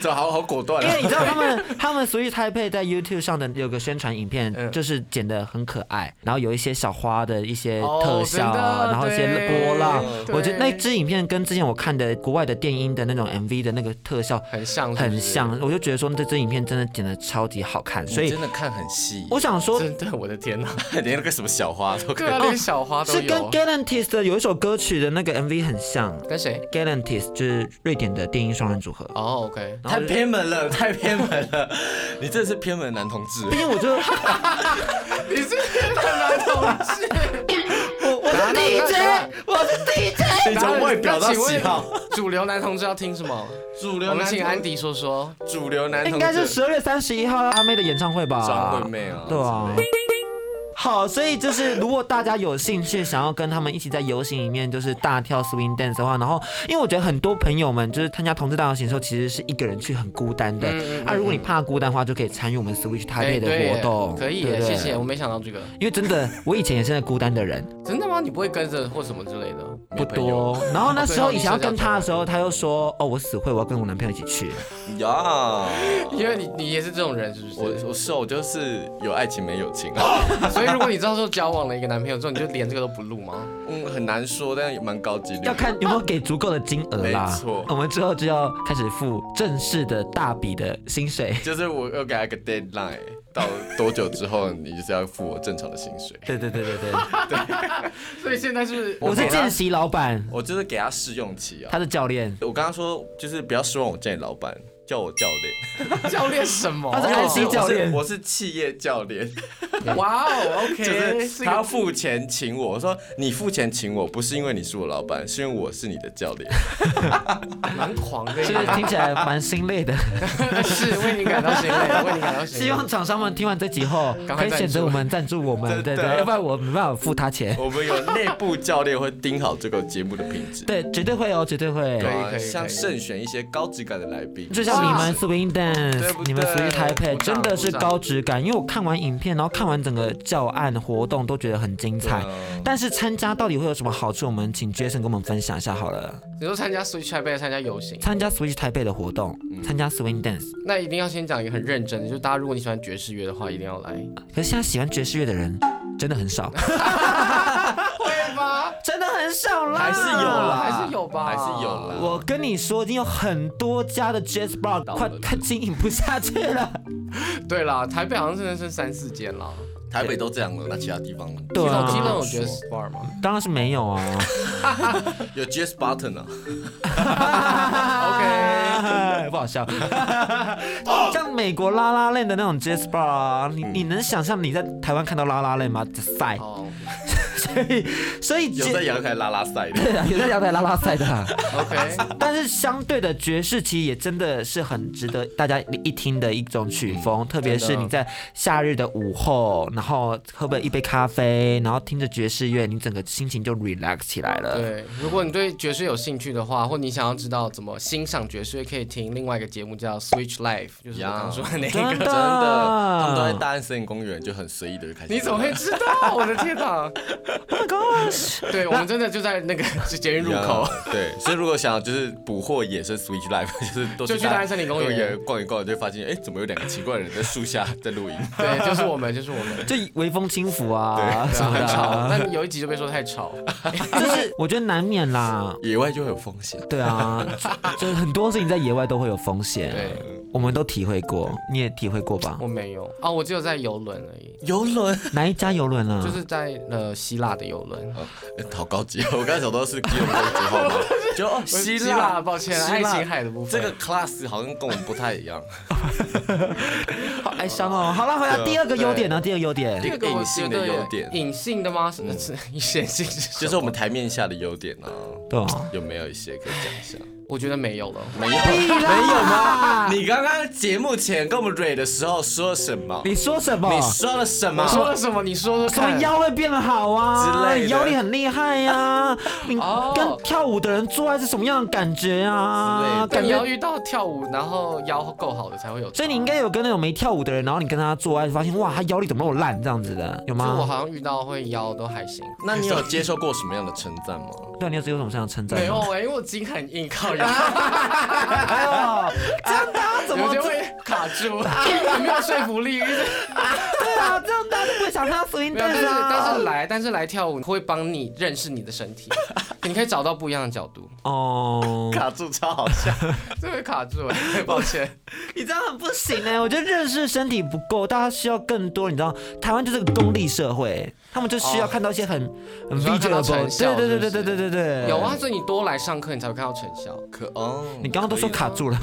C: 这好好果 断
B: 因
C: 啊！
B: 为你知道他们他们所以台配在 YouTube 上的有个宣传影片，
D: 嗯
B: 就是剪得很可爱，然后有一些小花的一些
D: 哦
B: 特效啊，
D: 真的
B: 然后一些
D: 对
B: 波浪，
D: 对
B: 我觉得那支影片跟之前我看的国外的电音的那种 MV 的那个特效
D: 很像是不是嗯
B: 很。像，我就觉得说这支影片真的剪得超级好看， 所
C: 你
B: 以
C: 真的看很细，
B: 我想说。
D: 真的，我的天哪！
C: 连那个什么小花都可
D: 对
C: 以。
D: 啊，连小花都
B: 是
D: 有。
B: 跟 Galantis 的有一首歌曲的那个 MV 很像
D: 跟谁？
B: ，Galantis 就是瑞典的电音双人组合。
D: 哦，OK、o k
C: 太偏门了，太偏门了！你真的是偏门男同志。
B: 毕竟我就我
D: 你是男同志，
B: 我是 DJ，我是 DJ，
C: 你从外表到喜好，
D: 主流男同志要听什么？
C: 主
D: 我
C: 流
D: 们
C: 男
D: 请安
C: 同
D: 迪说说。
C: 主流男同
B: 应
C: 志
B: 该是十二月三十一号阿妹的演唱会吧？
C: 张惠妹啊，
B: 对啊。好，所以就是如果大家有兴趣想要跟他们一起在游行里面就是大跳 swing dance 的话，然后因为我觉得很多朋友们就是参加同志大游行的时候，其实是一个人去很孤单的。啊，如果你怕孤单的话，就可以参与我们 switch 台
D: 哎
B: 北的
D: 对耶
B: 活动，
D: 可以
B: 对
D: 耶，
B: 不对
D: 谢谢，我没想到这个。
B: 因为真的，我以前也是个孤单的人，
D: 真的吗？吗？你不会跟着或什么之类的？
C: 没
B: 不
C: 朋友
B: 多。然后那时候以前要跟他的时
D: 哦
B: 候，他又说：“哦，我死会，我要跟我男朋友一起去。
C: 呀。
D: 因为你你也是这种人，是不
C: 我
D: 是？
C: 我是哦我就是有爱情没友情，啊
D: 所以如果你到时候交往了一个男朋友之后，你就连这个都不录吗？
C: 嗯，很难说，但也蛮高级”
B: 要
C: 的。
B: 看有没有给足够的金额啦。
C: 没错
B: 我们之后就要开始付正式的大笔的薪水。
C: 就是我要给他一个 deadline，到多久之后你就是要付我正常的薪水。
B: 对对对对对，
D: 所以现在是
B: 我是
D: 给他
B: 见习老板，
C: 我就是给他试用期啊。
B: 他的教练，
C: 我刚刚说就是不要失望我见老板，叫我教 练。哦
D: 教练什么？
B: 他是安息教练
C: 我是我是企业教 练，
D: 哇哦，OK，
C: 就是
D: 是
C: 他要
D: 个
C: 付钱请我。我说你付钱请我，不是因为你是我老板，是因为我是你的教 练。
D: 蛮狂的，
B: 是不是听起来蛮心累的？
D: 是为你感到欣慰，为你感到欣慰。
B: 希望厂商们听完这集后，
D: 赶
B: 可
D: 快
B: 以选择我们赞助我们，对
C: 真的哦
B: 对，要不然我没办法付他钱。
C: 我们有内部教练会盯好这个节目的品质。
B: 对，绝对会哦，绝对会。
C: 对
D: 可以
C: 啊
D: 可以
C: 像
D: 可以
C: 慎选一些高质感的来宾，
B: 就像你们
D: 哇
B: Swing
C: 对
B: Dance，
C: 不
B: 你
C: 对
B: 们 Swing
D: 鼓
B: Taipei 真
D: 掌
B: 的是
D: 鼓掌
B: 高质感，因为我看完影片，然后看完整个教案活动，都觉得很精
C: 啊
B: 彩。
C: 嗯
B: 但是参加到底会有什么好处？我们请 Jason 跟我们分享一下好了。
D: 你说参加 Switch 还被参加游行，
B: 参加 Switch 台北的活动，参加 Swing Dance，
D: 那一定要先讲一个很认真的，就是大家如果你喜欢爵士乐的话，一定要来。
B: 可是现在喜欢爵士乐的人真的很少，
D: 会吗？
B: 真的很少啦，
C: 还是有啦，
D: 啊还是有吧
C: 还是有啦。
B: 我跟你说，已经有很多家的 Jazz Bar
C: 倒了
B: 快快经营不下去了。
D: 对啦，台北好像真的是三四间啦。
C: 台北都这样了，那其他地方
B: 对啊
D: 基隆基隆有爵士 bar 吗？
B: 当然是没有啊。
C: 有 Jazz Button 啊，
B: 不好笑。像美国拉拉链的那种 Jazz Bar，啊你你能想象你在台湾看到拉拉链吗？赛，
D: 哦
B: 所以 所以
C: 有在阳台拉拉赛的，
B: 对啊，有在阳台拉拉赛的啊、
D: ，OK，
B: 但是相对的爵士其实也真的是很值得大家一听的一种曲
D: 嗯
B: 风，特别是你在夏日的午后，然后喝了一杯咖啡，然后听着爵士乐，你整个心情就 relax 起来了。
D: 对，如果你对爵士有兴趣的话，或你想要知道怎么欣赏爵士乐，可以听另外一个节目叫 Switch Life，就是我刚说的那
B: 真
D: 个。
B: 的，
C: 真的，他们都在大安森林公园就很随意的开始。
D: 你怎么会知道？我的天哪！
B: Oh my gosh
D: 对，我们真的就在那个捷运入口。
C: Yeah，对，啊所以如果想要就是捕获野生 Switch Life，就是都
D: 就去大安森林公园
C: 逛一逛，就会发现哎，怎么有两个奇怪的人在树下在 录音？
D: 对，就是我们，就是我们。
B: 就微风轻拂啊
D: 对
B: 什
D: 啊
B: 么的
D: 很吵，
B: 啊，
D: 那有一集就被说太吵。
B: 就是我觉得难免啦。
C: 野外就会有风险。
B: 对啊，就就很多事情在野外都会有风险，
D: 对，
B: 我们都体会过，你也体会过吧？
D: 我没有啊，我只有在游轮而已，
C: 游轮，
B: 哪一家游轮啊？
D: 就是在呃希腊的游轮。
C: 哎好高级！哦！我刚才想到是基隆公主号吗？就哦，希
D: 希
C: 腊，
D: 抱歉，啊
C: 希
D: 爱
C: 腊
D: 琴海的部
C: 这
D: 分。
C: 个 class 好像跟我们不太一样。
B: 好哀伤哦。好了，回
D: 啊
B: 来第二个优点啊呢？第二个优点
C: 一个隐性的优点
D: 隐性的吗？是是显性是什
C: 就
D: 么
C: 是我们台面下的优点啊，
B: 对啊，
C: 有没有一些可以讲一下？
D: 我觉得没有了。
C: 没有，没有吗？你刚刚节目前跟我们蕊的时候说什么？
B: 你说什么？
C: 你说了什么
D: 我？说了什么？你说说
B: 什么
D: 看。
B: 腰会变好
C: 之
B: 啊？
C: 类的
B: 你腰力很厉害呀、 你
D: 哦
B: 跟跳舞的人做爱是什么样的感觉啊？
C: 之类
D: 对
B: 感
D: 你要
B: 觉，
D: 遇到跳舞，然后腰够好的才会有差。
B: 所以你应该有跟那种没跳舞的人，然后你跟他做爱，发现哇，他腰力怎么那么烂这样子的，有
D: 就我
B: 吗？
D: 好像遇到会腰都还行。
C: 那你有接受过什么样的称赞吗？
B: 对，你有接受什么样的称赞？
D: 没有，哎，因为我筋很硬，靠腰，
B: 哎呦，这样大家怎么
D: 有些会卡住，没有说服力。
B: 对啊？这样大家就不会想看到 swing
D: 没有，但是
B: dance
D: 但是
B: 啊？
D: 来，但是来跳舞会帮你认识你的身体，你可以找到不一样的角度。
B: 哦，
C: 卡住超好笑，
D: 这会卡 住，哎抱歉。
B: 你这样很不行哎、我觉得认识身体不够，大家需要更多。你知道，台湾就是个功利社会，他们就需要看到一些很、很
D: 哦你说要看到
B: visual 的
D: 成效
B: 对对对对
D: 是不
B: 对对
D: 是
B: 对对，
D: 有啊，所以你多来上课，你才会看到成效。
C: 可 哦，
B: 你刚刚都说卡住了，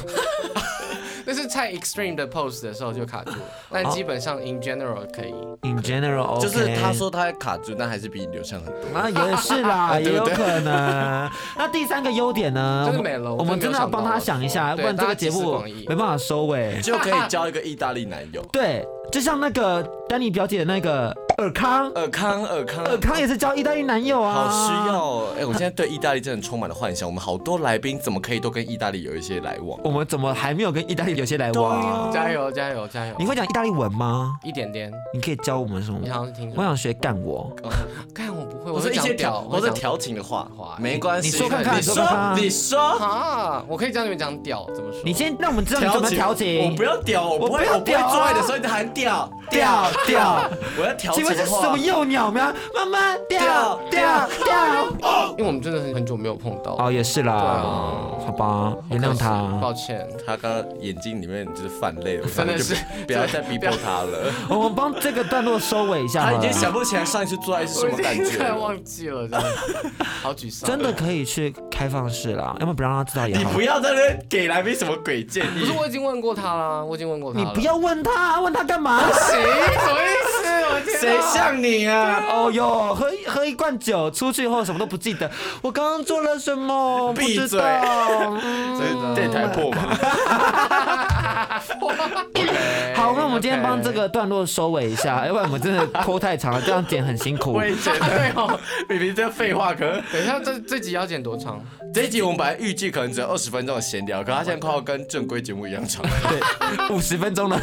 D: 但是太 extreme 的 pose 的时候就卡
B: 啊
D: 住了，但基本上 in general 可以。
B: ，in general，、o
C: 可 以了，就是他。说他卡住，但还是比你流畅很多。
B: 啊，也是 啦，也
C: 对
B: 有
C: 不对
B: 可能。那第三个优点呢？
D: 真的没了
B: 我们我们真的要帮他想一下，
D: 我
B: 不然
D: 真的没有想到
B: 这个节目
D: 对大家集思广益
B: 没办法收尾。 ，
C: 就可以交一个意大利男友
B: 对，就像那个丹尼表姐的那个尔康，
C: 尔康，尔康，
B: 尔康也是交意大利男友啊，
C: 好需要哦！哎、我现在对意大利真的充满了幻想。我们好多来宾怎么可以都跟意大利有一些来往？
B: 我们怎么还没有跟意大利有些来往、啊？
D: 加油加油加油！
B: 你会讲意大利文吗？
D: 一点点，
B: 你可以教我们什么
D: 你？好像是听
B: 我
D: 说，
B: 想学干我，
D: 看我不会，
C: 我
D: 我
C: 是
D: 会
C: 一
D: 讲
C: 些
D: 屌，
C: 调，我是
D: 会讲
C: 调情的话
D: 话，
C: 没关系。
D: 你说看看
C: 你
B: 你说看
C: 说，
B: 看
C: 你说，
D: 啊，我可以教你们讲屌怎么说。
B: 你先让我们知道你怎么调
C: 我
B: 情
C: 不。要屌，我不
B: 我不
C: 会，
B: 要
C: 我不
B: 屌
C: 会
B: 啊
C: 做爱的时候一直喊屌
B: 掉掉，
C: 我要调
B: 请
C: 情
B: 问
C: 的
B: 是什么
C: 话。
B: 幼鸟吗？妈妈掉掉掉。
D: 因为我们真的很很久没有碰到，
B: 哦，也是
C: 啊
B: 啦，好吧，原谅他。
D: 抱歉。
C: 他刚刚眼睛里面就是泛泪了， 我
D: 真的
C: 想说就是不要再逼迫他了。
B: 我们帮这个段落收尾一下
C: 他
B: 好
C: 已
B: 了。
C: 经想不起来上一次做爱是什么感 觉
D: 快
C: 了。
D: 忘记了，真的好沮丧。
B: 真的可以去开放式啦，要么不让他知道也
C: 你
B: 好
C: 不。要在那边给来宾什么鬼建
D: 不
C: 议
D: 是，？我已经问过他啦，我已经问过他
B: 你
D: 了。
B: 不要问他，问他干 嘛？
D: 谁？什么意思？我天哪
C: 谁像你啊？
B: 哦哟，喝一喝一罐酒，出去以后什么都不记得。我刚刚做了什么？不
C: 闭
B: 知
C: 嘴
B: 道。嗯
C: 这电台破嘛。
D: OK，
B: 好，那我们今天
D: OK
B: 帮这 个段落收尾一下，要不然我们真的拖太长了，这样剪很辛苦
C: 我。也 觉得，对哦，明明这废话，可 能
D: 等一下，这这集要剪多长？
C: 这一集我们本来预计可能只有二十分钟的闲聊，可它现在快要跟正规节目一样长。
B: 对，五十分钟 了。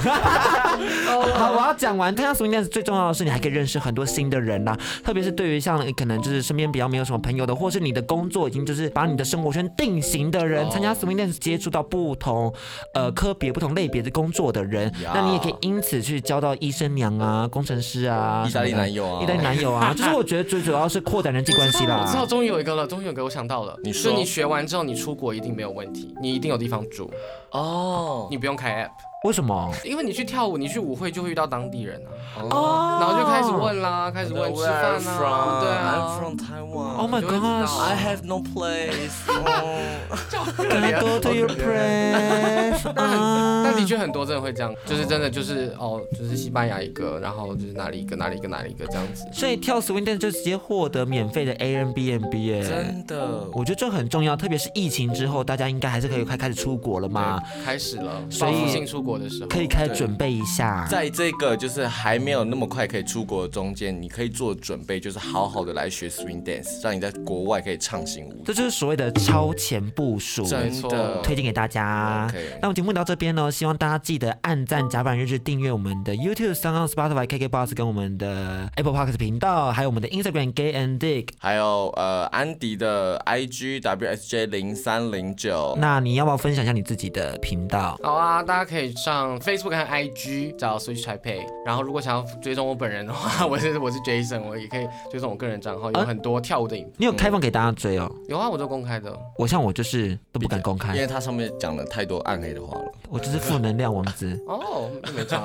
B: 好，我要讲完。参加宿营 dance 最重要的是，你还可以认识很多新的人啦、啊特别是对于像可能就是身边比较没有什么朋友的，或是你的工作已经就是把你的生活圈定型的
D: 哦
B: 人，参加宿营 dance 接触到不同呃
D: 嗯
B: 科别、不同类别的工作的人，
C: 呀
B: 那你也可以因此去交到医生娘啊、工程师啊、
C: 意大利
B: 什么的
C: 男友啊
B: 意大利男友啊。 就是我觉得最主要是扩展人际关系
D: 我知道，
B: 啦。
D: 终于有一个了，终于有一个，我想到了。
C: 你
D: 就
C: 说
D: 你学完之后，你出国一定没有问题，你一定有地方住，
C: 哦，
D: 你不用开 app，
B: 为什么？
D: 因为你去跳舞，你去舞会就会遇到当地人啊，
B: 哦
D: 然后就开始问啦，开始问吃饭啊，对
C: I'm
D: 啊
C: from Taiwan.
B: Oh my
D: 就会知道
B: god！
C: I have no place. 哦
B: Can I go to your place？啊
D: 但的确很多真的会这样，就是真的就是哦，就是西班牙一个，然后就是哪里一个哪里一个哪里一个这样子。
B: 所以跳 swing dance 就直接获得免费的 Airbnb 耶、
C: 真的，
B: 我觉得这很重要，特别是疫情之后，大家应该还是可以快开始出国了嘛，
D: 对，开始了，
B: 啊所
D: 报
B: 以
D: 复性出国的时候
B: 可以开始准备一下。
C: 在这个就是还没有那么快可以出国的中间，你可以做准备，就是好好的来学 swing dance，让你在国外可以畅行无阻。
B: 这就是所谓的超前部署，
C: 真
D: 没错
C: 的，
B: 推荐给大家。
C: OK
B: 那我们节目到这边呢，希望大家记得按赞、甲板日志、订阅我们的 YouTube、s o u n Spotify、KKBox 跟我们的 Apple Podcast 频道，还有我们的 Instagram Gay and Dick。
C: 还有呃，安迪的 IG WSJ 零三零九，
B: 那你要不要分享一下你自己的频道？
D: 好啊，大家可以上 Facebook 和 IG 找 Switch Taipei。然后如果想要追踪我本人的话， 我是我是 Jason，我也可以追踪我个人账号，有很多跳舞的影片。
B: 你有开放给大家追哦？
D: 有啊，我都公开的。
B: 我像我就是都不敢公
C: 因为
B: 开，
C: 它上面讲了太多暗黑的话了。
B: 我就是负能量王子。
D: 哦，没差。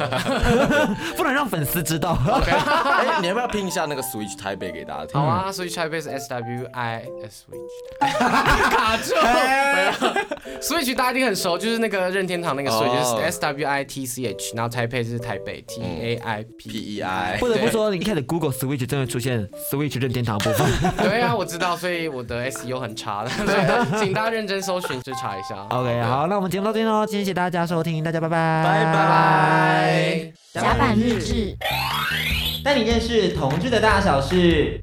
B: 不能让粉丝知道。
C: 哎、你要不要拼一下那个 Switch 台北给大家听
D: 好？啊，Switch Taipei 是 S W I S Switch。卡住。没有 Switch 大家一定很熟，就是那个任天堂那个 Switch，
C: 哦
D: 就是 S W I T C H，然后 Taipei 是台北 T A I P。
C: P E I，
B: 不得不说，你一开始 Google Switch 真的出现 Switch 任天堂的部分。
D: 对啊，我知道，所以我的 SEO 很差的，所以请大家认真搜寻去查一下。
B: OK，好，那我们节目到这边喽，谢谢大家收听，大家拜拜，
C: 拜拜。
E: 甲板日志。
B: 带你认识同志的大小事。